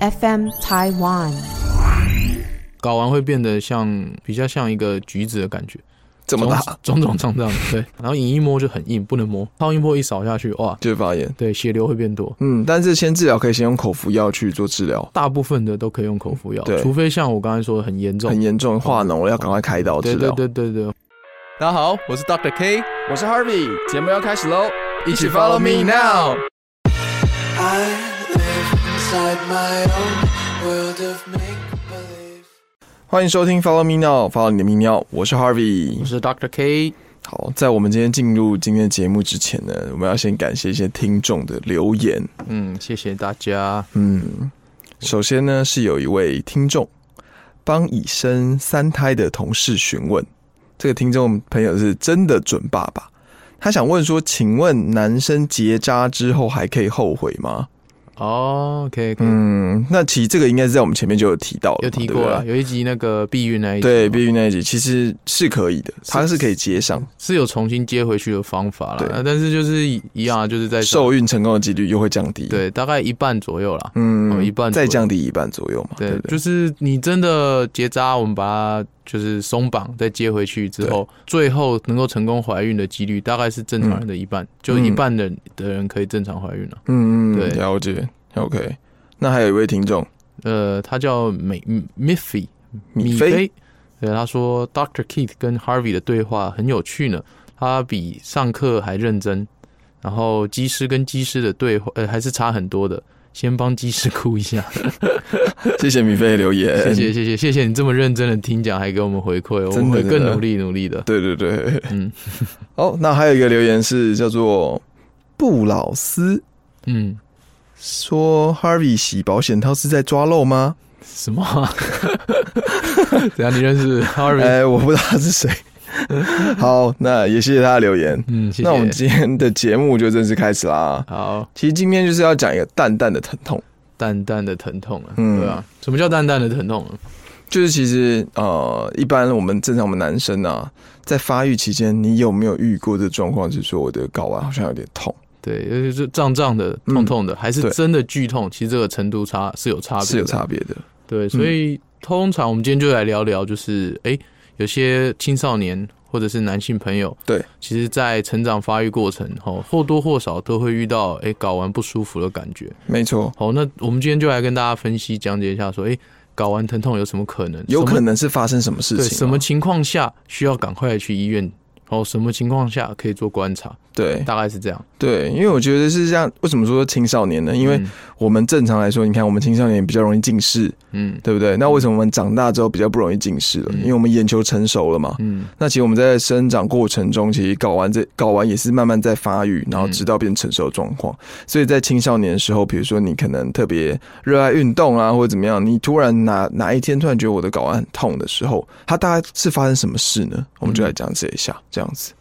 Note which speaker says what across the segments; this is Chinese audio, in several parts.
Speaker 1: FM Taiwan。
Speaker 2: 搞完会变得像比较像一个橘子的感觉，
Speaker 3: 这么大
Speaker 2: 肿肿胀 胀的，对。然后你一摸就很硬，不能摸。超音波一扫下去，哇，
Speaker 3: 就会发炎。
Speaker 2: 对，血流会变多。
Speaker 3: 嗯，但是先治疗可以先用口服药去做治疗，
Speaker 2: 大部分的都可以用口服药
Speaker 3: 对，
Speaker 2: 除非像我刚才说的很严重嗯
Speaker 3: 很。严重化脓了要赶快开刀治
Speaker 2: 对
Speaker 3: 疗
Speaker 2: 对。对对对，
Speaker 4: 大家好，我是 Doctor K，
Speaker 3: 我是 Harvey，
Speaker 4: 节目要开始喽，
Speaker 3: 一起 follow me now。
Speaker 5: I live inside my own world of make believe.
Speaker 3: 欢迎收听 Follow Me Now，Follow 你的泌尿，我是 Harvey
Speaker 4: 我。是 Doctor K，
Speaker 3: 好，在我们今天进入今天的节目之前呢，我们要先感谢一些听众的留言。
Speaker 2: 嗯，谢谢大家。
Speaker 3: 嗯，首先呢是有一位听众帮已生三胎的同事询问，这个听众朋友是真的准爸爸，他想问说，请问男生结扎之后还可以后悔吗？
Speaker 2: 哦，OK，可以，
Speaker 3: 嗯，那其实这个应该是在我们前面就有提到了嘛，
Speaker 2: 有提
Speaker 3: 对不
Speaker 2: 过
Speaker 3: 对啊
Speaker 2: 了，。有一集那个避孕那一集，
Speaker 3: 对，避孕那一集其实是可以的，它是可以接上，
Speaker 2: 是有重新接回去的方法
Speaker 3: 对
Speaker 2: 啦，但是就是一样啊，就是在
Speaker 3: 受孕成功的几率又会降低。，
Speaker 2: 对大概一半左右啦。
Speaker 3: 嗯，
Speaker 2: 哦一半左右
Speaker 3: 再降低一半左右嘛，对
Speaker 2: 对
Speaker 3: 不，对？
Speaker 2: 就是你真的结扎，我们把它就是松绑，再接回去之后，最后能够成功怀孕的几率大概是正常人的一半，就一半人的人可以正常怀孕啊了、
Speaker 3: 嗯
Speaker 2: 对
Speaker 3: 嗯，了解。OK，那还有一位听众
Speaker 2: 呃，他叫美嗯 Miffy
Speaker 3: 米
Speaker 2: 菲，
Speaker 3: 菲，
Speaker 2: 对他说，Dr. Keith 跟 Harvey 的对话很有趣呢，他比上课还认真，然后机师跟机师的对话，呃，还是差很多的。先帮机师哭一 下，
Speaker 3: 谢谢米菲的留
Speaker 2: 谢
Speaker 3: 言，
Speaker 2: 谢谢谢谢谢你这么认真的听讲，还给我们回馈，我们
Speaker 3: 真的
Speaker 2: 会更
Speaker 3: 真的
Speaker 2: 努力努力的。
Speaker 3: 对对对，
Speaker 2: 嗯
Speaker 3: 嗯。哦，那还有一个留言是叫做布老斯
Speaker 2: 嗯，
Speaker 3: 说，Harvey 洗保险套是在抓漏吗？
Speaker 2: 什么、 啊？等一下你认识 Harvey？、
Speaker 3: 哎、我不知道他 是谁。好，那也谢谢他的留言。
Speaker 2: 嗯，谢谢。
Speaker 3: 那我们今天的节目就正式开始啦。
Speaker 2: 好，
Speaker 3: 其实今天就是要讲一个淡淡的疼痛，
Speaker 2: 淡淡的疼痛啊，
Speaker 3: 嗯
Speaker 2: 对啊，什么叫淡淡的疼痛、啊？
Speaker 3: 就是其实呃，一般我们正常我们男生啊，在发育期间，你有没有遇过这状况？就是说我的睾丸好像有点痛，
Speaker 2: 对，就是胀胀的、痛痛的，还是
Speaker 3: 嗯对
Speaker 2: 真的剧痛？其实这个程度差是有差别，
Speaker 3: 是有。差嗯别的。
Speaker 2: 对，所以通常我们今天就来聊聊，就是哎、诶有些青少年或者是男性朋友，
Speaker 3: 对，
Speaker 2: 其实，在成长发育过程后，或多或少都会遇到哎、诶睾丸不舒服的感觉。
Speaker 3: 没错，
Speaker 2: 好，那我们今天就来跟大家分析讲解一下，说，哎、睾丸疼痛有什么可能？
Speaker 3: 有
Speaker 2: 什么
Speaker 3: 可能是发生什么事情啊
Speaker 2: 对
Speaker 3: 吗？
Speaker 2: 什么情况下需要赶快去医院？哦，什么情况下可以做观察？
Speaker 3: 对
Speaker 2: 大概是这样。
Speaker 3: 对，因为我觉得是这样。为什么说青少年呢？因为
Speaker 2: 嗯
Speaker 3: 我们正常来说，你看我们青少年比较容易近视，
Speaker 2: 嗯
Speaker 3: 对不对？那为什么我们长大之后比较不容易近视了？
Speaker 2: 嗯
Speaker 3: 因为我们眼球成熟了嘛。
Speaker 2: 嗯
Speaker 3: 那其实我们在生长过程中，其实睾丸这睾丸也是慢慢在发育，
Speaker 2: 嗯
Speaker 3: 然后直到变成熟的状况。所以在青少年的时候，比如说你可能特别热爱运动啊，或者怎么样，你突然哪哪一天突然觉得我的睾丸很痛的时候，它大概是发生什么事呢？我们就来讲解一下，这样子。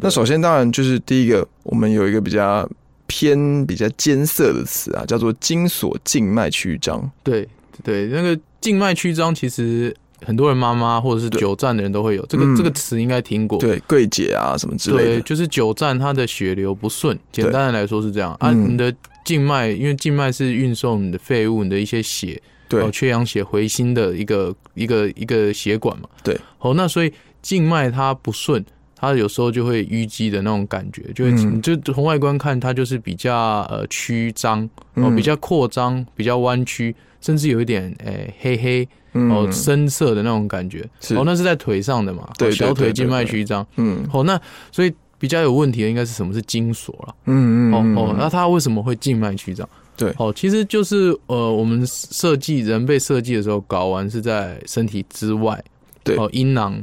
Speaker 3: 那首先当然就是第一个，我们有一个比较偏比较艰涩的词啊，叫做精索静脉曲张。
Speaker 2: 对对，那个静脉曲张，其实很多人妈妈或者是
Speaker 3: 对
Speaker 2: 久站的人都会有这个、
Speaker 3: 嗯
Speaker 2: 这个词，应该听过。
Speaker 3: 对，柜姐啊什么之类
Speaker 2: 对，
Speaker 3: 的，
Speaker 2: 就是久站，它的血流不顺。简
Speaker 3: 对
Speaker 2: 单的来说是这样啊，
Speaker 3: 嗯
Speaker 2: 你的静脉，因为静脉是运送你的废物、你的一些血，哦，
Speaker 3: 对
Speaker 2: 缺氧血回心的一个一个一个血管嘛。
Speaker 3: 对，
Speaker 2: 哦，那所以静脉它不顺，它有时候就会淤积的那种感觉，就会、
Speaker 3: 嗯
Speaker 2: 你就从外观看，它就是比较呃曲张，哦，
Speaker 3: 嗯
Speaker 2: 比较扩张，比较弯曲，甚至有一点诶、黑黑哦、
Speaker 3: 嗯
Speaker 2: 深色的那种感觉。
Speaker 3: 是
Speaker 2: 哦，那是在腿上的嘛，
Speaker 3: 对
Speaker 2: 哦
Speaker 3: 对
Speaker 2: 小
Speaker 3: 对
Speaker 2: 腿
Speaker 3: 对
Speaker 2: 静脉
Speaker 3: 对
Speaker 2: 曲张。
Speaker 3: 嗯
Speaker 2: 哦，那所以比较有问题的应该是什么是精索了。
Speaker 3: 嗯嗯
Speaker 2: 哦
Speaker 3: 嗯
Speaker 2: 哦，那它为什么会静脉曲张？
Speaker 3: 对
Speaker 2: 哦，其实就是呃，我们设计人被设计的时候，睾丸是在身体之外，
Speaker 3: 对
Speaker 2: 哦，阴囊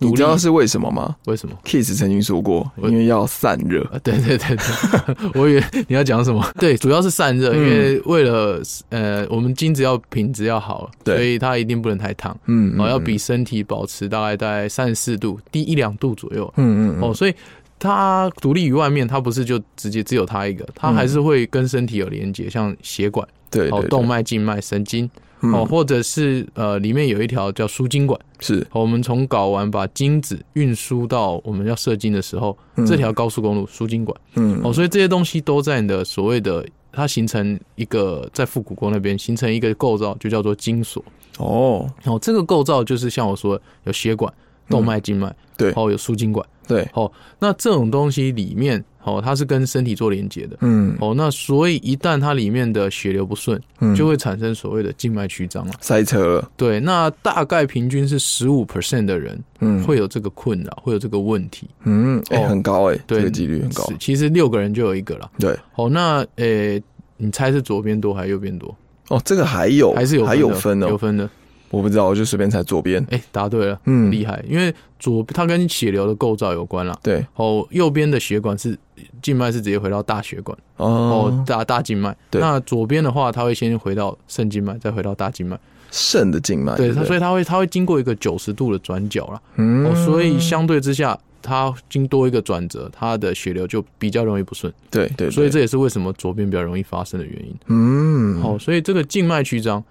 Speaker 2: 独
Speaker 3: 你
Speaker 2: 立
Speaker 3: 知道是为什么吗
Speaker 2: 为什么？
Speaker 3: ？Kiss 曾经说过，
Speaker 2: 我
Speaker 3: 因为要散热。
Speaker 2: 啊，对对对对， 我以为你要讲什么？对，主要是散热，
Speaker 3: 嗯
Speaker 2: 因为为了呃，我们精子要品质要好，
Speaker 3: 对
Speaker 2: 所以它一定不能太烫，
Speaker 3: 嗯，
Speaker 2: 哦，要
Speaker 3: 嗯
Speaker 2: 比身体保持大概在三十四度，低一两度左右，
Speaker 3: 嗯嗯嗯
Speaker 2: 哦，所以它独立于外面，它不是就直接只有它一个，它还是会跟身体有连接，像血管、
Speaker 3: 嗯对
Speaker 2: 哦
Speaker 3: 对
Speaker 2: 动脉、静脉、神经
Speaker 3: 嗯
Speaker 2: 哦，或者是呃里面有一条叫输精管，
Speaker 3: 是
Speaker 2: 哦我们从睾丸把精子运输到我们要射精的时候，
Speaker 3: 嗯
Speaker 2: 这条高速公路输精管
Speaker 3: 嗯
Speaker 2: 哦，所以这些东西都在你的所谓的它形成一个在复古宫那边形成一个构造，就叫做经锁。
Speaker 3: 哦，
Speaker 2: 然后这个构造就是像我说的，有血管、动脉、静脉，
Speaker 3: 嗯对
Speaker 2: 然后有输精管。哦
Speaker 3: 对，
Speaker 2: 那这种东西里面，哦，它是跟身体做连接的。
Speaker 3: 嗯，
Speaker 2: 哦，那所以一旦它里面的血流不顺，
Speaker 3: 嗯
Speaker 2: 就会产生所谓的静脉曲张了。
Speaker 3: 塞车了，
Speaker 2: 对，那大概平均是十五 percent 的人
Speaker 3: 嗯，
Speaker 2: 会有这个困扰，会有这个问题。
Speaker 3: 嗯，哎、
Speaker 2: 哦
Speaker 3: 很高哎、
Speaker 2: 对
Speaker 3: 这个几率很高
Speaker 2: 是，其实六个人就有一个了。
Speaker 3: 对，
Speaker 2: 哦，那呃、你猜是左边多还是右边多？
Speaker 3: 哦，这个还有
Speaker 2: 还是有
Speaker 3: 还
Speaker 2: 有
Speaker 3: 有分
Speaker 2: 有
Speaker 3: 哦，
Speaker 2: 分的。
Speaker 3: 我不知道，我就随便猜左边，
Speaker 2: 哎、答对了，
Speaker 3: 嗯，
Speaker 2: 厉害！因为左它跟血流的构造有关啦。
Speaker 3: 对，
Speaker 2: 哦，右边的血管是静脉是直接回到大血管，哦
Speaker 3: 哦，，
Speaker 2: 大大静脉。
Speaker 3: 对
Speaker 2: 那左边的话，它会先回到肾静脉，再回到大静脉。
Speaker 3: 肾的静脉，
Speaker 2: 对，
Speaker 3: 不
Speaker 2: 它所以它会它会经过一个九十度的转角啦。
Speaker 3: 嗯、
Speaker 2: 哦，所以相对之下，它经多一个转折，它的血流就比较容易不顺。
Speaker 3: 对对，对
Speaker 2: 所以这也是为什么左边比较容易发生的原因。
Speaker 3: 嗯，
Speaker 2: 哦，所以这个静脉曲张，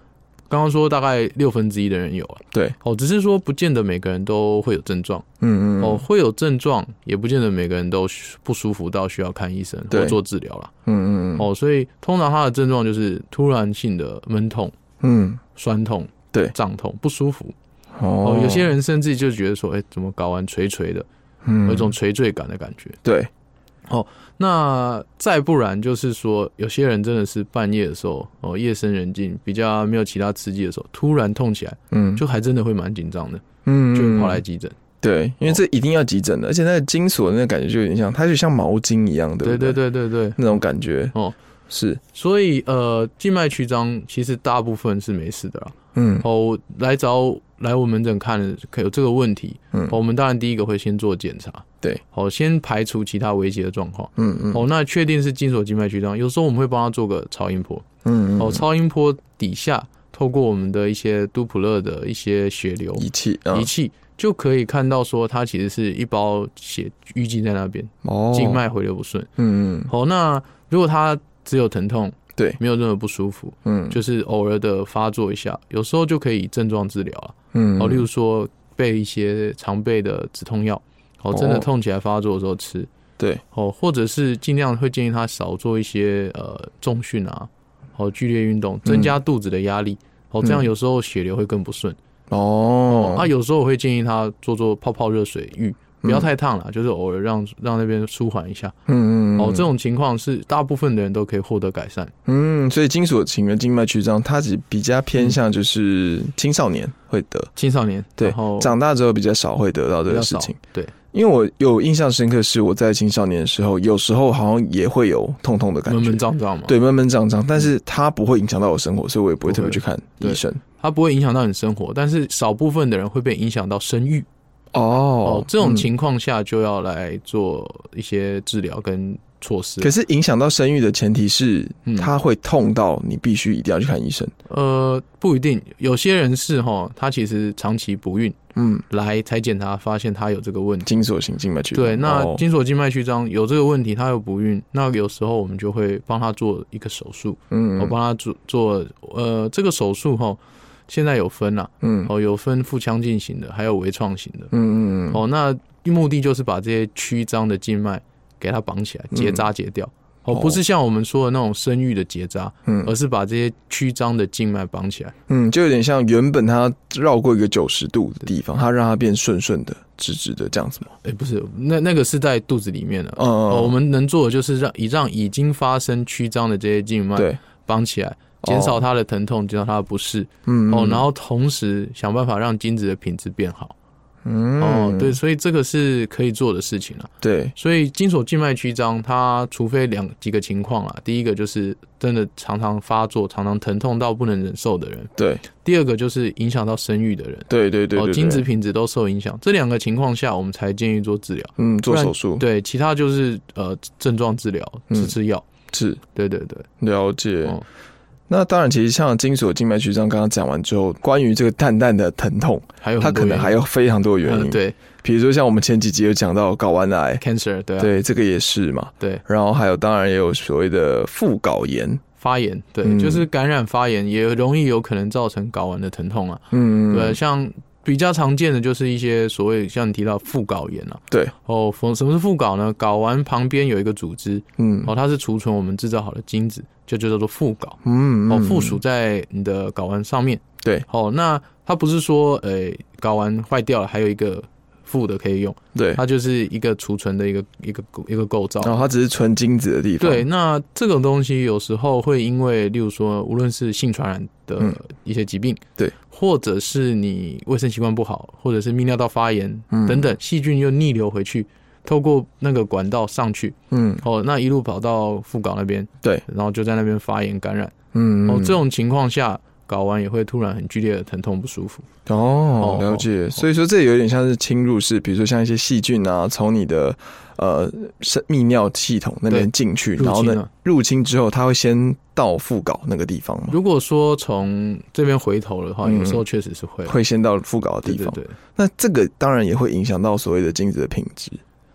Speaker 2: 刚刚说大概六分之一的人有啊。
Speaker 3: 对，
Speaker 2: 哦，只是说不见得每个人都会有症状。
Speaker 3: 嗯嗯
Speaker 2: 哦，会有症状，也不见得每个人都需不舒服到需要看医生或
Speaker 3: 对
Speaker 2: 做治疗啦。
Speaker 3: 嗯嗯嗯
Speaker 2: 哦，所以通常他的症状就是突然性的闷痛、
Speaker 3: 嗯
Speaker 2: 酸痛、
Speaker 3: 对
Speaker 2: 胀痛、不舒服。
Speaker 3: 哦
Speaker 2: 哦，有些人甚至就觉得说，哎、怎么睾丸垂垂的，
Speaker 3: 嗯
Speaker 2: 有一种垂坠感的感觉。
Speaker 3: 对
Speaker 2: 那再不然就是说，有些人真的是半夜的时候，哦，夜深人静，比较没有其他刺激的时候，突然痛起来，
Speaker 3: 嗯
Speaker 2: 就还真的会蛮紧张的，
Speaker 3: 嗯
Speaker 2: 就会跑来哦
Speaker 3: 嗯
Speaker 2: 急诊。
Speaker 3: 对，因为这一定要急诊的，而且那个金锁那个感觉就有点像，它就像毛巾一样，对不
Speaker 2: 对对
Speaker 3: 对
Speaker 2: 对对对。
Speaker 3: 那种感觉
Speaker 2: 哦，
Speaker 3: 是
Speaker 2: 所以呃，静脉曲张其实大部分是没事的啦。
Speaker 3: 嗯
Speaker 2: 哦，来找来我门诊看了，可有这个问题，
Speaker 3: 嗯
Speaker 2: 哦我们当然第一个会先做检查，
Speaker 3: 对，
Speaker 2: 哦，先排除其他危急的状况。
Speaker 3: 嗯嗯
Speaker 2: 哦，那确定是金锁静脉曲张，有时候我们会帮他做个超音波。
Speaker 3: 嗯嗯
Speaker 2: 哦，
Speaker 3: 嗯
Speaker 2: 超音波底下透过我们的一些杜普勒的一些血流
Speaker 3: 仪器啊
Speaker 2: 仪器，就可以看到说它其实是一包血淤积在那边，
Speaker 3: 哦
Speaker 2: 静脉回流不顺。
Speaker 3: 嗯嗯
Speaker 2: 哦，那如果它只有疼痛，
Speaker 3: 对
Speaker 2: 没有任何不舒服，
Speaker 3: 嗯
Speaker 2: 就是偶尔的发作一下，有时候就可以以症状治疗了。
Speaker 3: 嗯
Speaker 2: 哦，例如说备一些常备的止痛药，哦，真的
Speaker 3: 哦
Speaker 2: 痛起来发作的时候吃。
Speaker 3: 对
Speaker 2: 哦，或者是尽量会建议他少做一些呃重训啊，哦剧烈运动，增加肚子的压力。哦，这样
Speaker 3: 嗯
Speaker 2: 有时候血流会更不顺。
Speaker 3: 哦
Speaker 2: 啊，有时候我会建议他做做泡泡热水浴，不
Speaker 3: 嗯
Speaker 2: 要太烫了，就是偶尔让让那边舒缓一下。
Speaker 3: 嗯嗯嗯
Speaker 2: 哦，这种情况是大部分的人都可以获得改善。
Speaker 3: 嗯，所以金锁情的静脉曲张，它只比较偏
Speaker 2: 嗯
Speaker 3: 向就是青少年会得，
Speaker 2: 青少年
Speaker 3: 对
Speaker 2: 然后
Speaker 3: 长大之后比较少会得到
Speaker 2: 哦比
Speaker 3: 这
Speaker 2: 较
Speaker 3: 个事
Speaker 2: 少
Speaker 3: 情。，
Speaker 2: 对，
Speaker 3: 因为我有印象深刻，是我在青少年的时候，有时候好像也会有痛痛的感觉，
Speaker 2: 闷闷胀胀嘛，
Speaker 3: 对，闷闷胀胀，但是它不会影响到我生活，所以我也不会
Speaker 2: 不
Speaker 3: 特
Speaker 2: 会
Speaker 3: 别去看医
Speaker 2: 对
Speaker 3: 生。
Speaker 2: 它不会影响到你生活，但是少部分的人会被影响到生育。
Speaker 3: 哦
Speaker 2: 哦，这种、
Speaker 3: 嗯
Speaker 2: 情况下就要来做一些治疗跟措施。
Speaker 3: 可是影响到生育的前提是
Speaker 2: 嗯，
Speaker 3: 它会痛到你必须一定要去看医生。
Speaker 2: 呃，不一定，有些人是哈，他其实长期不孕
Speaker 3: 嗯，
Speaker 2: 来才检查发现他有这个问题。
Speaker 3: 金锁型静脉曲张。
Speaker 2: 对，那
Speaker 3: 哦
Speaker 2: 精索静脉曲张有这个问题，他有不孕，那有时候我们就会帮他做一个手术，
Speaker 3: 嗯
Speaker 2: 我
Speaker 3: 嗯
Speaker 2: 帮他做做呃这个手术哈，现在有分啦，
Speaker 3: 嗯
Speaker 2: 哦有分腹腔镜型的，还有微创型的，
Speaker 3: 嗯嗯嗯，
Speaker 2: 哦那目的就是把这些曲张的静脉给它绑起来，
Speaker 3: 嗯
Speaker 2: 结扎结掉，哦
Speaker 3: 哦
Speaker 2: 不是像我们说的那种生育的结扎，
Speaker 3: 嗯
Speaker 2: 而是把这些曲张的静脉绑起来。
Speaker 3: 嗯，就有点像原本它绕过一个九十度的地方，它让它变顺顺的、直直的这样子嘛。
Speaker 2: 哎、不是，那那个是在肚子里面的。
Speaker 3: 嗯嗯
Speaker 2: 哦，我
Speaker 3: 嗯，
Speaker 2: 们能做的就是让以让已经发生曲张的这些静脉
Speaker 3: 对，哦
Speaker 2: 绑起来，减少它的疼痛，减少它的不适。
Speaker 3: 嗯
Speaker 2: 哦，
Speaker 3: 嗯
Speaker 2: 然后同时想办法让精子的品质变好。
Speaker 3: 嗯
Speaker 2: 哦，对，所以这个是可以做的事情了。
Speaker 3: 对，
Speaker 2: 所以精索静脉曲张，它除非两几个情况啦，第一个就是真的常常发作，常常疼痛到不能忍受的人；
Speaker 3: 对
Speaker 2: 第二个就是影响到生育的人。
Speaker 3: 对对对
Speaker 2: 哦，
Speaker 3: 对，
Speaker 2: 精子
Speaker 3: 对
Speaker 2: 品质都受影响，这两个情况下，我们才建议做治疗。
Speaker 3: 嗯做
Speaker 2: 不然
Speaker 3: 手术
Speaker 2: 对，其他就是呃症状治疗，
Speaker 3: 嗯
Speaker 2: 吃吃药。
Speaker 3: 是
Speaker 2: 对对对，
Speaker 3: 了解。
Speaker 2: 哦
Speaker 3: 那当然，其实像金锁静脉曲张刚刚讲完之后，关于这个淡淡的疼痛，
Speaker 2: 还有
Speaker 3: 它
Speaker 2: 很多
Speaker 3: 可能还有非常多的原
Speaker 2: 原因嗯，
Speaker 3: 因，
Speaker 2: 对
Speaker 3: 比如说像我们前几集有讲到睾丸癌，
Speaker 2: cancer，对啊，
Speaker 3: 对这个也是嘛，
Speaker 2: 对
Speaker 3: 然后还有当然也有所谓的副睾炎，
Speaker 2: 发炎，对，
Speaker 3: 嗯
Speaker 2: 就是感染发炎也容易有可能造成睾丸的疼痛啊。
Speaker 3: 嗯，
Speaker 2: 对，像比较常见的就是一些所谓像你提到副睾炎啊。
Speaker 3: 对，
Speaker 2: 哦，什什么是副睾呢？睾丸旁边有一个组织，
Speaker 3: 嗯
Speaker 2: 哦，它是储存我们制造好的精子，就就叫做副稿。
Speaker 3: 嗯，
Speaker 2: 哦，
Speaker 3: 嗯
Speaker 2: 附属在你的睾丸上面。
Speaker 3: 对，
Speaker 2: 哦，那它不是说，呃，睾丸坏掉了，还有一个副的可以用，
Speaker 3: 对，
Speaker 2: 它就是一个储存的一个一个一个构造。
Speaker 3: 然后它只是纯精子的地方，
Speaker 2: 对，，那这种东西有时候会因为，例如说，无论是性传染的
Speaker 3: 嗯
Speaker 2: 一些疾病，
Speaker 3: 对，
Speaker 2: 或者是你卫生习惯不好，或者是泌尿道发炎、
Speaker 3: 嗯
Speaker 2: 等等，细菌又逆流回去，透过那个管道上去，
Speaker 3: 嗯
Speaker 2: 哦，那一路跑到副睾那边，
Speaker 3: 对，
Speaker 2: 然后就在那边发炎感染。
Speaker 3: 嗯，
Speaker 2: 哦，
Speaker 3: 嗯
Speaker 2: 这种情况下，睾丸也会突然很剧烈的疼痛不舒服。
Speaker 3: 哦
Speaker 2: 哦，
Speaker 3: 了解。所以说这有点像是侵入式，比如说像一些细菌啊，从你的呃是泌尿系统那边
Speaker 2: 对
Speaker 3: 进去，
Speaker 2: 入
Speaker 3: 然后
Speaker 2: 侵啊
Speaker 3: 呢
Speaker 2: 了
Speaker 3: 入侵之后，它会先到副睾那个地方嘛，
Speaker 2: 如果说从这边回头的话，
Speaker 3: 嗯
Speaker 2: 有时候确实是会。
Speaker 3: 会先到副睾的
Speaker 2: 对
Speaker 3: 地
Speaker 2: 对
Speaker 3: 方。
Speaker 2: 对，
Speaker 3: 那这个当然也会影响到所谓的精子的品质，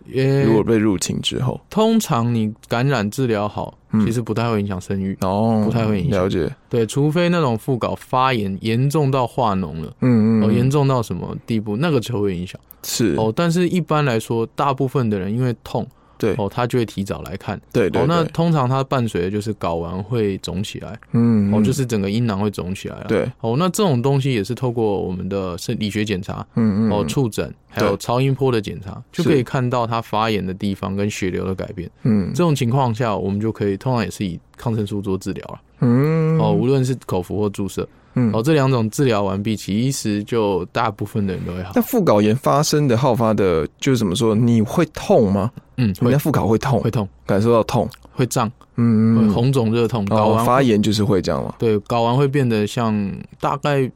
Speaker 2: 也
Speaker 3: 如果被入侵之后，
Speaker 2: 通常你感染治疗好，
Speaker 3: 嗯
Speaker 2: 其实不太会影响生育。
Speaker 3: 哦，
Speaker 2: 不太会影响
Speaker 3: 了解，
Speaker 2: 对，除非那种副睾发炎严重到化脓了，
Speaker 3: 嗯嗯，
Speaker 2: 哦，
Speaker 3: 嗯
Speaker 2: 严重到什么地步，那个就会影响。
Speaker 3: 是，
Speaker 2: 哦，但是一般来说，大部分的人因为痛，
Speaker 3: 对
Speaker 2: 哦，他就会提早来看。
Speaker 3: 对对
Speaker 2: 哦，那
Speaker 3: 对，
Speaker 2: 通常它伴随的就是睾丸会肿起来，
Speaker 3: 嗯
Speaker 2: 哦，
Speaker 3: 嗯
Speaker 2: 就是整个阴囊会肿起来了。
Speaker 3: 对，
Speaker 2: 哦，那这种东西也是透过我们的生理学检查，
Speaker 3: 嗯嗯，
Speaker 2: 哦，
Speaker 3: 嗯
Speaker 2: 触诊，还有
Speaker 3: 对
Speaker 2: 超音波的检查，就可以看到它发炎的地方跟血流的改变。
Speaker 3: 嗯
Speaker 2: 这种情况下，我们就可以通常也是以抗生素做治疗了。
Speaker 3: 嗯
Speaker 2: 哦，无论是口服或注射，
Speaker 3: 嗯
Speaker 2: 哦，这两种治疗完毕，其实就大部分的人都会好
Speaker 3: 那。副睾炎发生的好发的，就是怎么说？你会痛吗？
Speaker 2: 嗯，
Speaker 3: 人
Speaker 2: 会
Speaker 3: 家副睾会痛
Speaker 2: 会，痛，
Speaker 3: 感受到痛，
Speaker 2: 会胀，
Speaker 3: 嗯
Speaker 2: 会
Speaker 3: 嗯，嗯
Speaker 2: 红肿热痛，睾
Speaker 3: 哦，
Speaker 2: 丸
Speaker 3: 发炎就是会这样嘛，
Speaker 2: 对睾丸会变得像大概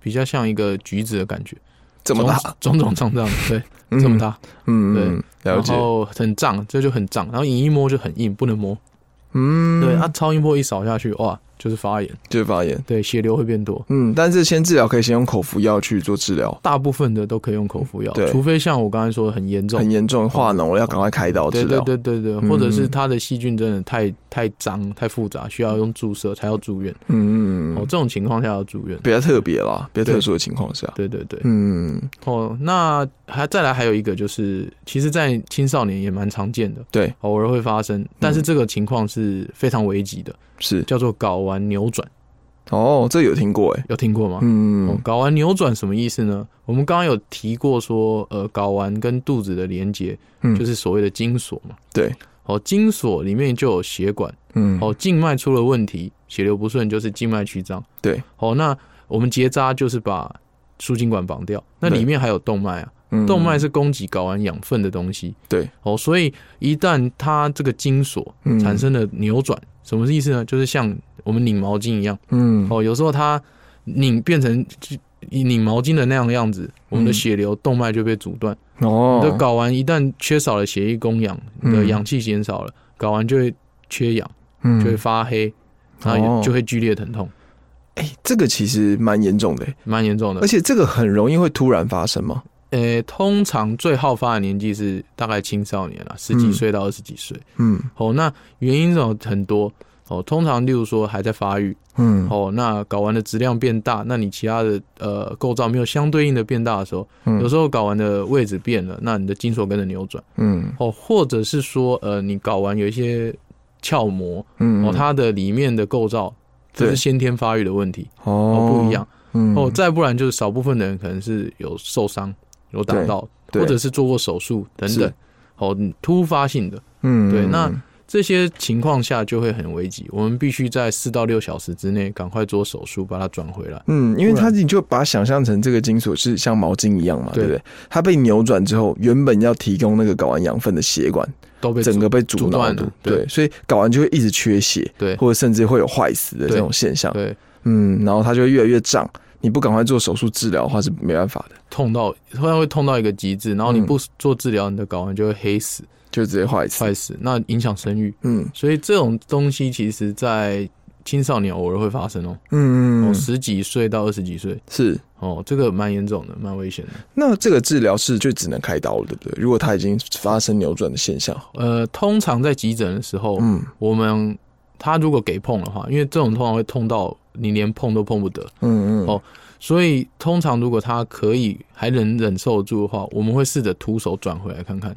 Speaker 2: 比较像一个橘子的感觉，
Speaker 3: 这么大，
Speaker 2: 肿肿胀胀的，对，
Speaker 3: 嗯
Speaker 2: 这么，大，
Speaker 3: 嗯嗯，了
Speaker 2: 然
Speaker 3: 解，
Speaker 2: 后很胀，这就很胀，然后你一摸就很硬，不能摸。
Speaker 3: 嗯，
Speaker 2: 对，啊，，超音波一扫下去，哇，就是发炎，
Speaker 3: 就是发炎，
Speaker 2: 对，血流会变多。
Speaker 3: 嗯，但是先治疗可以先用口服药去做治疗，
Speaker 2: 大部分的都可以用口服药
Speaker 3: 对，
Speaker 2: 除非像我刚才说的很严重
Speaker 3: 很，严重化脓了，要赶快开刀
Speaker 2: 对
Speaker 3: 治
Speaker 2: 对
Speaker 3: 疗，
Speaker 2: 对对对，
Speaker 3: 嗯
Speaker 2: 或者是它的细菌真的太太脏、太复杂，需要用注射才要住院。
Speaker 3: 嗯嗯
Speaker 2: 哦，
Speaker 3: 嗯，
Speaker 2: 这种情况下要住院。
Speaker 3: 比较特别啦，比较
Speaker 2: 对
Speaker 3: 特殊的情况下，
Speaker 2: 对对对，
Speaker 3: 嗯，
Speaker 2: 哦，那还再来还有一个就是，其实，在青少年也蛮常见的，
Speaker 3: 对，嗯
Speaker 2: 偶尔会发生，但是这个情况是非常危急的，
Speaker 3: 是，
Speaker 2: 叫做睾丸扭转，
Speaker 3: 哦，这有听过哎，
Speaker 2: 有听过吗？哦
Speaker 3: 嗯，
Speaker 2: 睾丸扭转什么意思呢？我们刚刚有提过说，呃，睾丸跟肚子的连接
Speaker 3: 嗯
Speaker 2: 就是所谓的精索嘛。
Speaker 3: 对，
Speaker 2: 哦，精索里面就有血管，
Speaker 3: 嗯，
Speaker 2: 哦，静脉出了问题，血流不顺就是静脉曲张。
Speaker 3: 对，
Speaker 2: 哦，那我们结扎就是把输精管绑掉，那
Speaker 3: 对
Speaker 2: 里面还有动脉啊，
Speaker 3: 嗯
Speaker 2: 动脉，是供给睾丸养分的东西。
Speaker 3: 对，
Speaker 2: 哦，所以一旦它这个精索
Speaker 3: 嗯
Speaker 2: 产生了扭转，什么意思呢？就是像我们拧毛巾一样。
Speaker 3: 嗯，
Speaker 2: 哦，有时候它拧变成就拧毛巾的那样样子，我们的血流动脉就被阻断。
Speaker 3: 嗯哦，
Speaker 2: 你的睾丸一旦缺少了血液供养，你的
Speaker 3: 嗯
Speaker 2: 氧气减少了，睾丸就会缺氧，
Speaker 3: 嗯
Speaker 2: 就会发黑，然后
Speaker 3: 哦
Speaker 2: 也就会剧烈疼痛，
Speaker 3: 这个其实蛮严重的欸，
Speaker 2: 蛮严重
Speaker 3: 而
Speaker 2: 的。
Speaker 3: 且这个很容易会突然发生嘛。
Speaker 2: 呃，通常最好发的年纪是大概青少年啊啦，十几
Speaker 3: 嗯
Speaker 2: 岁到二十几岁。
Speaker 3: 嗯
Speaker 2: 哦，那原因有很多。哦，通常例如说还在发育，
Speaker 3: 嗯
Speaker 2: 哦，那睾丸的质量变大，那你其他的呃构造没有相对应的变大的时候，
Speaker 3: 嗯
Speaker 2: 有时候睾丸的位置变了，那你的精索跟着扭转
Speaker 3: 嗯
Speaker 2: 哦，或者是说呃，你睾丸有一些鞘膜
Speaker 3: 嗯
Speaker 2: 哦，它的里面的构造这
Speaker 3: 对
Speaker 2: 是先天发育的问题
Speaker 3: 哦
Speaker 2: 哦，不一样
Speaker 3: 嗯
Speaker 2: 哦。再不然就是少部分的人可能是有受伤、有打
Speaker 3: 对
Speaker 2: 到，
Speaker 3: 对
Speaker 2: 或者是做过手术等等
Speaker 3: 是
Speaker 2: 哦，突发性的
Speaker 3: 嗯
Speaker 2: 对那这些情况下就会很危急，我们必须在四到六小时之内赶快做手术把它转回来。
Speaker 3: 嗯，因为它你就把它想象成这个金属是像毛巾一样嘛，对
Speaker 2: 对
Speaker 3: 不对？它被扭转之后，原本要提供那个睾丸养分的血管，
Speaker 2: 都被
Speaker 3: 整
Speaker 2: 阻
Speaker 3: 个被阻
Speaker 2: 阻
Speaker 3: 挠
Speaker 2: 断
Speaker 3: 住
Speaker 2: 了，对
Speaker 3: 对，所以睾丸就会一直缺血，
Speaker 2: 对
Speaker 3: 或者甚至会有坏死的这种现象，
Speaker 2: 对
Speaker 3: 嗯，然后它就会越来越胀，你不赶快做手术治疗的话是没办法的，
Speaker 2: 痛到突然会痛到一个极致，然后你
Speaker 3: 嗯
Speaker 2: 不做治疗，你的睾丸就会黑死、
Speaker 3: 就直接坏死，
Speaker 2: 坏死，那影响生育。
Speaker 3: 嗯
Speaker 2: 所以这种东西其实，在青少年偶尔会发生哦，
Speaker 3: 嗯
Speaker 2: 哦，
Speaker 3: 嗯，
Speaker 2: 十几岁到二十几岁，
Speaker 3: 是。
Speaker 2: 哦，这个蛮严重的，蛮危险的。
Speaker 3: 那这个治疗是就只能开刀了，对不对？如果它已经发生扭转的现象，
Speaker 2: 呃，通常在急诊的时候，
Speaker 3: 嗯
Speaker 2: 我们他如果给碰的话，因为这种通常会痛到你连碰都碰不得，
Speaker 3: 嗯嗯，
Speaker 2: 哦所以通常如果他可以还能忍受得住的话，我们会试着徒手转回来看看。啊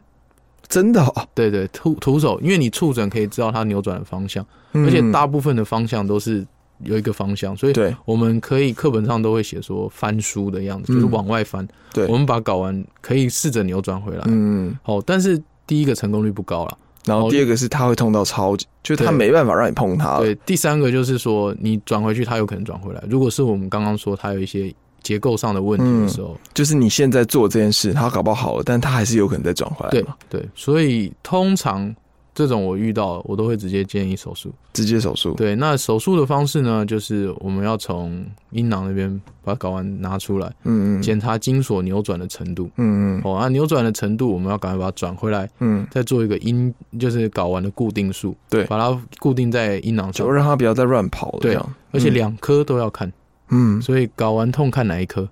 Speaker 3: 真的、哦，
Speaker 2: 对对，徒徒手，因为你触诊可以知道它扭转的方向，
Speaker 3: 嗯
Speaker 2: 而且大部分的方向都是有一个方向，所以
Speaker 3: 对
Speaker 2: 我们可以课本上都会写说翻书的样子，
Speaker 3: 嗯
Speaker 2: 就是往外翻。
Speaker 3: 对
Speaker 2: 我们把睾丸可以试着扭转回来。
Speaker 3: 嗯，
Speaker 2: 好，但是第一个成功率不高了。
Speaker 3: 然后第二个是它会痛到超级，就是它
Speaker 2: 对
Speaker 3: 没办法让你碰它了，
Speaker 2: 对，第三个就是说你转回去，它有可能转回来。如果是我们刚刚说它有一些结构上的问
Speaker 3: 嗯
Speaker 2: 题的时候，
Speaker 3: 就是你现在做这件事，它搞不好好了，但它还是有可能再转回来
Speaker 2: 对
Speaker 3: 嘛，
Speaker 2: 对，所以通常这种我遇到，我都会直接建议手术。
Speaker 3: 直接手术，
Speaker 2: 对，那手术的方式呢，就是我们要从阴囊那边把睾丸拿出来，
Speaker 3: 嗯嗯
Speaker 2: 检查精索扭转的程度。
Speaker 3: 嗯嗯
Speaker 2: 哦，那扭转的程度，我们要赶快把它转回来，
Speaker 3: 嗯，
Speaker 2: 再做一个阴，就是睾丸的固定术，
Speaker 3: 对
Speaker 2: 把它固定在阴囊上
Speaker 3: 就，让它不要再乱跑了，
Speaker 2: 对
Speaker 3: 这样，
Speaker 2: 而且
Speaker 3: 嗯
Speaker 2: 两颗都要看，
Speaker 3: 嗯
Speaker 2: 所以睾丸痛看哪一颗？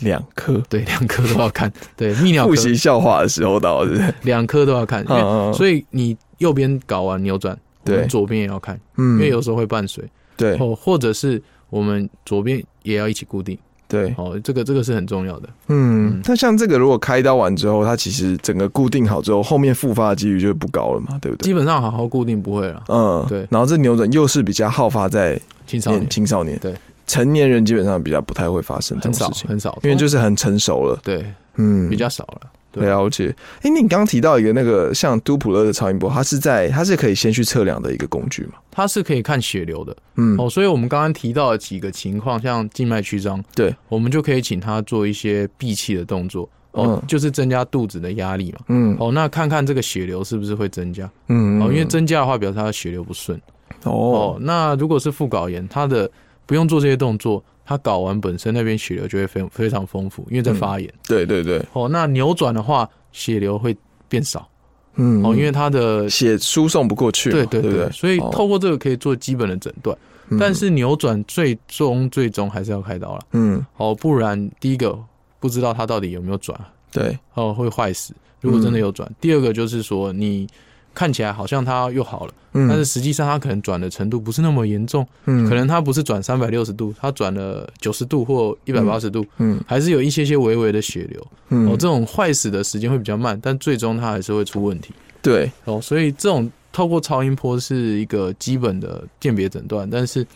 Speaker 3: 两颗，
Speaker 2: 对，两颗都要看，对，泌尿科
Speaker 3: 复习笑话的时候到了，是不是
Speaker 2: 两颗都要看，因为
Speaker 3: 嗯嗯
Speaker 2: 所以你右边睾丸扭转，我们
Speaker 3: 对
Speaker 2: 左边也要看，
Speaker 3: 嗯
Speaker 2: 因为有时候会伴随，
Speaker 3: 对
Speaker 2: 哦，或者是我们左边也要一起固定，
Speaker 3: 对，
Speaker 2: 哦，这个这个是很重要的，
Speaker 3: 嗯
Speaker 2: 嗯，
Speaker 3: 那像这个如果开刀完之后，它其实整个固定好之后，后面复发的几率就不高了嘛，对不对？
Speaker 2: 基本上好好固定不会了，
Speaker 3: 嗯，
Speaker 2: 对
Speaker 3: 然后这扭转又是比较好发在
Speaker 2: 青少
Speaker 3: 年
Speaker 2: 年
Speaker 3: 青少年，
Speaker 2: 对，
Speaker 3: 成年人基本上比较不太会发生这
Speaker 2: 很
Speaker 3: 种
Speaker 2: 少
Speaker 3: 事情，
Speaker 2: 很少，
Speaker 3: 因为就是很成熟了，
Speaker 2: 对
Speaker 3: 嗯，
Speaker 2: 比较少了，对
Speaker 3: 了解。哎、你刚刚提到一个那个像都普勒的超音波，它是在它是可以先去测量的一个工具嘛？
Speaker 2: 它是可以看血流的，
Speaker 3: 嗯，
Speaker 2: 哦，所以我们刚刚提到的几个情况，像静脉曲张，
Speaker 3: 对，
Speaker 2: 我们就可以请他做一些闭气的动作，哦，
Speaker 3: 嗯
Speaker 2: 就是增加肚子的压力嘛。
Speaker 3: 嗯
Speaker 2: 哦，那看看这个血流是不是会增加？
Speaker 3: 嗯
Speaker 2: 哦，因为增加的话，表示他的血流不顺。哦
Speaker 3: 哦，
Speaker 2: 那如果是副睾炎，他的不用做这些动作，他睾丸本身那边血流就会非非常丰富，因为在发炎。
Speaker 3: 对对对，
Speaker 2: 哦，那扭转的话，血流会变少。
Speaker 3: 嗯
Speaker 2: 哦，因为他的
Speaker 3: 血输送不过去嘛，
Speaker 2: 对
Speaker 3: 对
Speaker 2: 对
Speaker 3: 不
Speaker 2: 对，所以
Speaker 3: 哦
Speaker 2: 透过这个可以做基本的诊断，
Speaker 3: 嗯
Speaker 2: 但是扭转最终最终还是要开刀了。
Speaker 3: 嗯，
Speaker 2: 哦，不然第一个不知道它到底有没有转，
Speaker 3: 对，
Speaker 2: 哦会坏死。如果真的有转，
Speaker 3: 嗯
Speaker 2: 第二个就是说你看起来好像它又好了，
Speaker 3: 嗯，
Speaker 2: 但是实际上它可能转的程度不是那么严重，
Speaker 3: 嗯
Speaker 2: 可能它不是转三百六十度，它转了九十度或一百八十度，
Speaker 3: 嗯
Speaker 2: 还是有一些些微微的血流。
Speaker 3: 嗯
Speaker 2: 哦，这种坏死的时间会比较慢，但最终它还是会出问题。
Speaker 3: 对
Speaker 2: 哦，所以这种透过超音波是一个基本的鉴别诊断，但是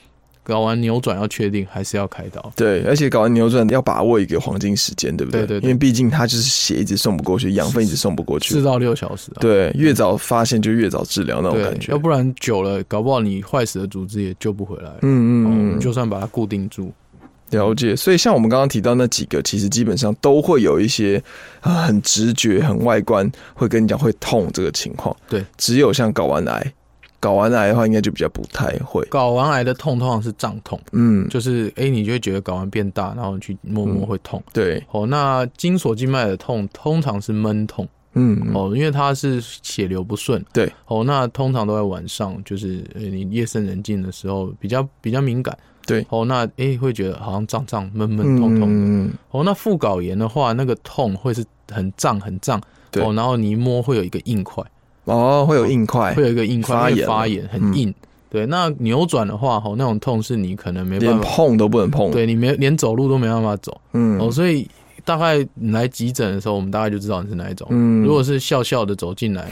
Speaker 2: 睾丸扭转要确定，还是要开刀。
Speaker 3: 对，而且睾丸扭转要把握一个黄金时间，对不对？
Speaker 2: 对对对
Speaker 3: 因为毕竟它就是血一直送不过去，养分一直送不过
Speaker 2: 四
Speaker 3: 去。
Speaker 2: 到六小时、啊，
Speaker 3: 对，越早发现就越早治疗那种
Speaker 2: 对，
Speaker 3: 感觉，
Speaker 2: 要不然久了，搞不好你坏死的组织也救不回来。
Speaker 3: 嗯嗯
Speaker 2: 嗯、
Speaker 3: 嗯，
Speaker 2: 就算把它固定住，
Speaker 3: 了解，所以像我们刚刚提到那几个，其实基本上都会有一些、呃、很直觉、很外观，会跟你讲会痛这个情况。
Speaker 2: 对，
Speaker 3: 只有像睾丸癌，睾丸癌的话，应该就比较不太会。
Speaker 2: 睾丸癌的痛通常是胀痛，
Speaker 3: 嗯，
Speaker 2: 就是哎、诶你就会觉得睾丸变大，然后你去摸摸会痛。
Speaker 3: 对，
Speaker 2: 哦，那精索静脉的痛通常是闷痛
Speaker 3: 嗯，哦，
Speaker 2: 哦，因为它是血流不顺。
Speaker 3: 对，
Speaker 2: 哦，那通常都在晚上，就是、呃你夜深人静的时候比较比较敏感。
Speaker 3: 对
Speaker 2: 哦，那诶、会觉得好像胀胀闷闷
Speaker 3: 嗯
Speaker 2: 痛痛的。
Speaker 3: 嗯，
Speaker 2: 哦，那副睾炎的话，那个痛会是很胀很胀，
Speaker 3: 对
Speaker 2: 哦，然后你一摸会有一个硬块，
Speaker 3: 哦，会有硬块
Speaker 2: 会，有一个硬块，
Speaker 3: 发炎
Speaker 2: 会发
Speaker 3: 了嗯
Speaker 2: 炎很硬。对，那扭转的话，哦吼，那种痛是你可能没
Speaker 3: 连
Speaker 2: 办法，
Speaker 3: 碰都不能碰。，
Speaker 2: 对你没连走路都没办法走、哦，
Speaker 3: 嗯，
Speaker 2: 所以大概你来急诊的时候，我们大概就知道你是哪一种。
Speaker 3: 嗯
Speaker 2: 如果是哦笑笑的走进来，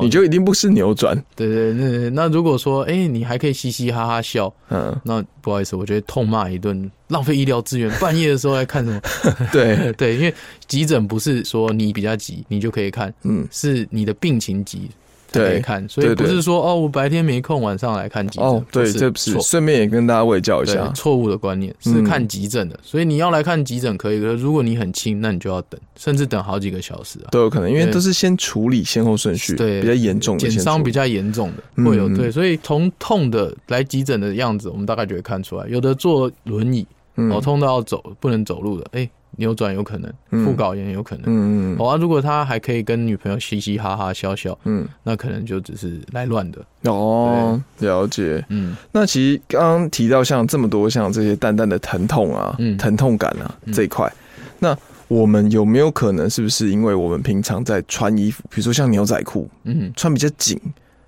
Speaker 3: 你就一定不是扭转。
Speaker 2: 对对那那如果说，哎、你还可以嘻嘻哈哈笑，
Speaker 3: 嗯，
Speaker 2: 那不好意思，我觉得痛骂一顿，浪费医疗资源。半夜的时候来看什么？
Speaker 3: 对，
Speaker 2: 对，因为急诊不是说你比较急，你就可以看，
Speaker 3: 嗯，
Speaker 2: 是你的病情急才可以
Speaker 3: 对。
Speaker 2: 看，所以
Speaker 3: 对
Speaker 2: 不
Speaker 3: 对
Speaker 2: 是说哦，我白天没空，晚上来看急诊。
Speaker 3: 哦，对，这
Speaker 2: 不
Speaker 3: 不
Speaker 2: 是
Speaker 3: 是，
Speaker 2: 错
Speaker 3: 顺便也跟大家卫教一
Speaker 2: 对
Speaker 3: 下。
Speaker 2: 错误的观念，
Speaker 3: 嗯
Speaker 2: 是看急诊的。所以你要来看急诊可以，可是如果你很轻，那你就要等，甚至等好几个小时啊。
Speaker 3: 都有可能，因为
Speaker 2: 对
Speaker 3: 都是先处理先后顺序，
Speaker 2: 对
Speaker 3: 比较严重的
Speaker 2: 减
Speaker 3: 先处
Speaker 2: 伤
Speaker 3: 理
Speaker 2: 比较严重的
Speaker 3: 嗯
Speaker 2: 会有
Speaker 3: 嗯
Speaker 2: 对，所以从痛的来急诊的样子，我们大概就会看出来。有的坐轮椅，
Speaker 3: 嗯
Speaker 2: 哦，痛到要走不能走路的，哎，扭转有可能，
Speaker 3: 嗯
Speaker 2: 副睾炎有可能。
Speaker 3: 嗯嗯
Speaker 2: 好、啊，如果他还可以跟女朋友嘻嘻哈哈笑笑，
Speaker 3: 嗯，
Speaker 2: 那可能就只是来乱的。
Speaker 3: 哦，了解。
Speaker 2: 嗯，
Speaker 3: 那其实刚刚提到像这么多像这些淡淡的疼痛啊、
Speaker 2: 嗯
Speaker 3: 疼痛感啊、
Speaker 2: 嗯
Speaker 3: 这一块，那我们有没有可能是不是因为我们平常在穿衣服，比如说像牛仔裤
Speaker 2: 嗯，
Speaker 3: 穿比较紧，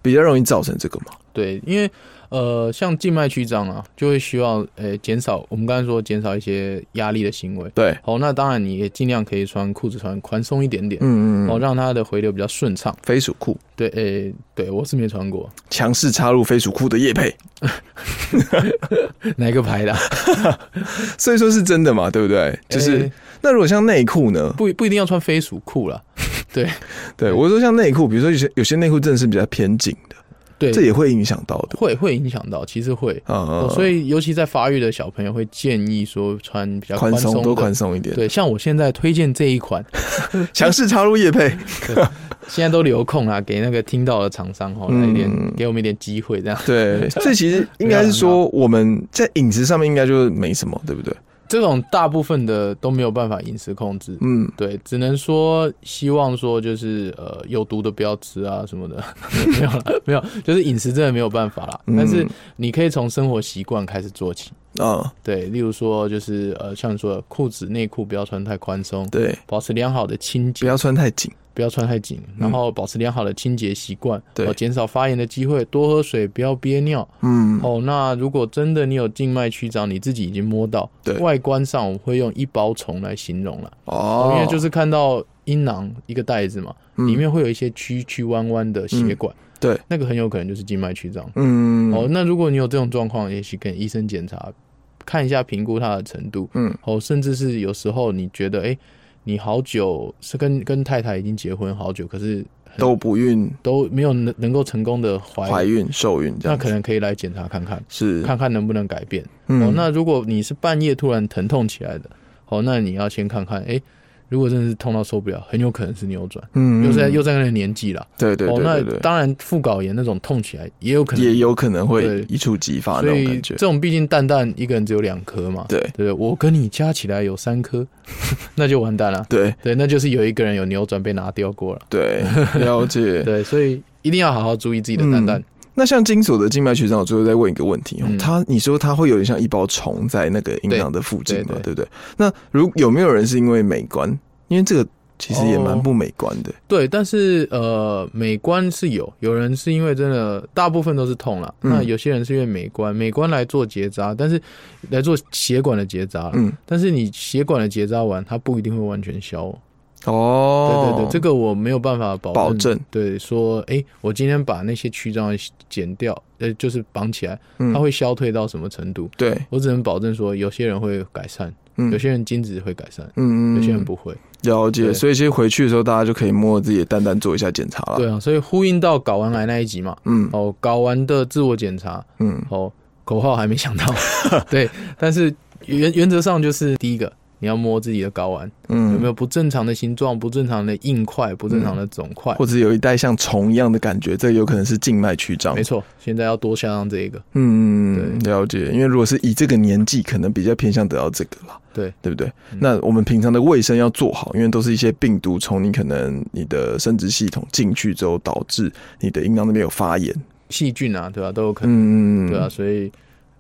Speaker 3: 比较容易造成这个嘛？
Speaker 2: 对，因为呃，像静脉曲张啊，就会需要呃减少我们刚才说减少一些压力的行为。
Speaker 3: 对，
Speaker 2: 好，那当然你也尽量可以穿裤子穿宽松一点点，
Speaker 3: 嗯嗯
Speaker 2: 哦，
Speaker 3: 嗯，
Speaker 2: 让它的回流比较顺畅。
Speaker 3: 飞鼠裤，
Speaker 2: 对，诶、对我是没穿过
Speaker 3: 强势插入飞鼠裤的叶配，
Speaker 2: 哪一个牌的啊，
Speaker 3: 所以说是真的嘛，对不
Speaker 2: 哎
Speaker 3: 对？就是、
Speaker 2: 诶
Speaker 3: 那如果像内裤呢？
Speaker 2: 不不一定要穿飞鼠裤啦。
Speaker 3: 对我说像内裤，比如说有些有些内裤真的是比较偏紧的，
Speaker 2: 对，
Speaker 3: 这也会影响到的。
Speaker 2: 会会影响到，其实会。
Speaker 3: 啊
Speaker 2: 哦，所以尤其在发育的小朋友会建议说穿比较
Speaker 3: 宽
Speaker 2: 松
Speaker 3: 松
Speaker 2: 的
Speaker 3: 多宽松一点，
Speaker 2: 对，像我现在推荐这一款，
Speaker 3: 强势插入叶配，
Speaker 2: 现在都留空啦，给那个听到的厂商哈，来一点、
Speaker 3: 嗯
Speaker 2: 给我们一点机会，这样
Speaker 3: 对，这其实应该是说我们在饮食上面应该就是没什么，对不对？
Speaker 2: 这种大部分的都没有办法饮食控制，
Speaker 3: 嗯，
Speaker 2: 对，只能说希望说就是呃有毒的不要吃啊什么的， 没有啦，没有，就是饮食真的没有办法啦，
Speaker 3: 嗯
Speaker 2: 但是你可以从生活习惯开始做起，
Speaker 3: 啊，
Speaker 2: 对，例如说就是呃像你说的裤子内裤不要穿太宽松，
Speaker 3: 对，
Speaker 2: 保持良好的清洁
Speaker 3: 不。要穿太紧，
Speaker 2: 不要穿太紧，然后保持良好的清洁习惯，
Speaker 3: 嗯对
Speaker 2: 哦减少发炎的机会，多喝水，不要憋尿。
Speaker 3: 嗯，
Speaker 2: 哦，那如果真的你有静脉曲张，你自己已经摸到，
Speaker 3: 对
Speaker 2: 外观上我们会用一包虫来形容了，
Speaker 3: 哦
Speaker 2: 因为就是看到阴囊一个袋子嘛，
Speaker 3: 嗯
Speaker 2: 里面会有一些曲曲弯弯的血管，
Speaker 3: 对，
Speaker 2: 那个很有可能就是静脉曲张。
Speaker 3: 嗯，
Speaker 2: 哦，那如果你有这种状况，也许跟医生检查，看一下评估它的程度，
Speaker 3: 嗯，
Speaker 2: 哦，甚至是有时候你觉得，哎、你好久是跟跟太太已经结婚好久，可是很
Speaker 3: 都不孕、
Speaker 2: 都没有能能够成功的怀
Speaker 3: 怀
Speaker 2: 孕，
Speaker 3: 孕、受孕这
Speaker 2: 那
Speaker 3: 样，
Speaker 2: 可能可以来检查看看，
Speaker 3: 是，
Speaker 2: 看看能不能改变。哦
Speaker 3: 嗯，，
Speaker 2: 那如果你是半夜突然疼痛起来的，哦，那你要先看看，哎、如果真的是痛到受不了，很有可能是扭转，
Speaker 3: 嗯，
Speaker 2: 又在又在那个年纪了。
Speaker 3: 对对
Speaker 2: 哦，
Speaker 3: 对对
Speaker 2: 那
Speaker 3: 对，
Speaker 2: 当然副睾炎那种痛起来也有可能，
Speaker 3: 也有可能会
Speaker 2: 对
Speaker 3: 一触即发那
Speaker 2: 所
Speaker 3: 种
Speaker 2: 以
Speaker 3: 感觉
Speaker 2: 这，种毕竟蛋蛋一个人只有两颗嘛，
Speaker 3: 对
Speaker 2: 对不对？我跟你加起来有三颗， 那就完蛋了。
Speaker 3: 对
Speaker 2: 对，那就是有一个人有扭转被拿掉过了。
Speaker 3: 对，了解。
Speaker 2: 对，所以一定要好好注意自
Speaker 3: 嗯
Speaker 2: 己的蛋蛋。
Speaker 3: 那像金锁的静脉曲张，我最后再问一个问题哦，
Speaker 2: 嗯
Speaker 3: 它你说它会有点像一包虫在那个阴囊的附近嘛，
Speaker 2: 对
Speaker 3: 对不对？那如有没有人是因为美观？因为这个其实也蛮不美观的，
Speaker 2: 对，但是呃，美观是有，有人是因为真的，大部分都是痛啦。
Speaker 3: 嗯
Speaker 2: 那有些人是因为美观，美观来做结扎，但是来做血管的结扎啦。
Speaker 3: 嗯，
Speaker 2: 但是你血管的结扎完，它不一定会完全消哦。
Speaker 3: 哦，
Speaker 2: 对对对，这个我没有办法保
Speaker 3: 保证
Speaker 2: 对，说诶，我今天把那些曲张剪掉，呃，就是绑起来，
Speaker 3: 嗯
Speaker 2: 它会消退到什么程度？
Speaker 3: 对，
Speaker 2: 我只能保证说，有些人会改善，
Speaker 3: 嗯
Speaker 2: 有些人精子会改善，
Speaker 3: 嗯
Speaker 2: 有些人不会。
Speaker 3: 了解，
Speaker 2: 对
Speaker 3: 所以其实回去的时候，大家就可以摸自己的蛋蛋做一下检查了。
Speaker 2: 对，啊，所以呼应到睾丸癌那一集嘛，
Speaker 3: 嗯
Speaker 2: 哦，睾丸的自我检查，
Speaker 3: 嗯，
Speaker 2: 哦，口号还没想到， 对，但是原原则上就是第一个。你要摸自己的睾丸
Speaker 3: 嗯
Speaker 2: 有没有不正常的形状、不正常的硬块、不正常的肿块，
Speaker 3: 或者有一带像虫一样的感觉，这有可能是静脉曲张。
Speaker 2: 没，错，现在要多向上这一个。
Speaker 3: 嗯，了解。因为如果是以这个年纪，可能比较偏向得到这个啦。
Speaker 2: 对
Speaker 3: 对不对？
Speaker 2: 嗯
Speaker 3: 那我们平常的卫生要做好，因为都是一些病毒从你可能你的生殖系统进去之后，导致你的阴囊那边有发炎。
Speaker 2: 细菌啊，对吧、都有可能，
Speaker 3: 嗯，
Speaker 2: 对啊，，所以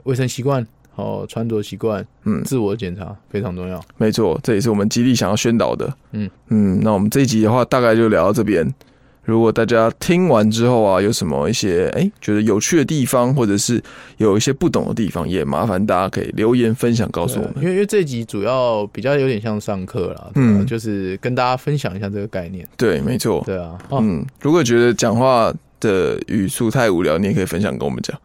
Speaker 2: 卫生习惯、哦穿着习惯、
Speaker 3: 嗯
Speaker 2: 自我检查非常重要。
Speaker 3: 没错，这也是我们极力想要宣导的。
Speaker 2: 嗯
Speaker 3: 嗯，那我们这一集的话，大概就聊到这边。如果大家听完之后啊，有什么一些哎、觉得有趣的地方，或者是有一些不懂的地方，也麻烦大家可以留言分享告诉我
Speaker 2: 对啊
Speaker 3: 们。
Speaker 2: 因为因为这集主要比较有点像上课啦，对啊
Speaker 3: 嗯
Speaker 2: 就是跟大家分享一下这个概念。
Speaker 3: 对，没错。
Speaker 2: 对啊，哦，
Speaker 3: 嗯，如果觉得讲话的语速太无聊，你也可以分享跟我 们讲。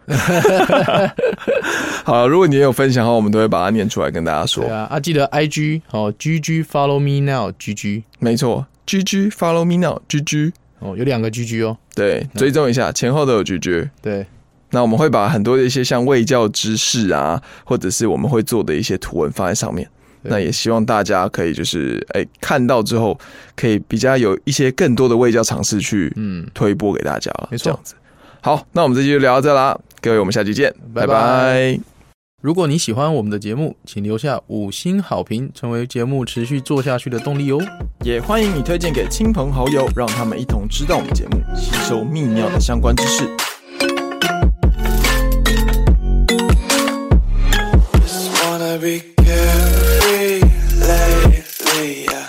Speaker 3: 好，如果你也有分享的话，我们都会把它念出来跟大家说
Speaker 2: 对。啊，啊，记得 I G 哦，G G Follow Me Now G G
Speaker 3: 没错，G G follow me now G G，
Speaker 2: 哦，有两个 G G 哦，
Speaker 3: 对，追踪一下，前后都有 G G。
Speaker 2: 对，
Speaker 3: 那我们会把很多的一些像卫教知识啊，或者是我们会做的一些图文放在上面。
Speaker 2: 对
Speaker 3: 那也希望大家可以就是哎、看到之后，可以比较有一些更多的卫教尝试去
Speaker 2: 嗯，
Speaker 3: 推播给大家了。
Speaker 2: 没错
Speaker 3: 这样子。好，那我们这期就聊到这啦，各位，我们下期见，
Speaker 2: 拜
Speaker 3: 拜拜
Speaker 2: 如果你喜欢我们的节目，请留下五星好评，成为节目持续做下去的动力哦。
Speaker 3: 也欢迎你推荐给亲朋好友，让他们一同知道我们节目，吸收泌尿的相关知识。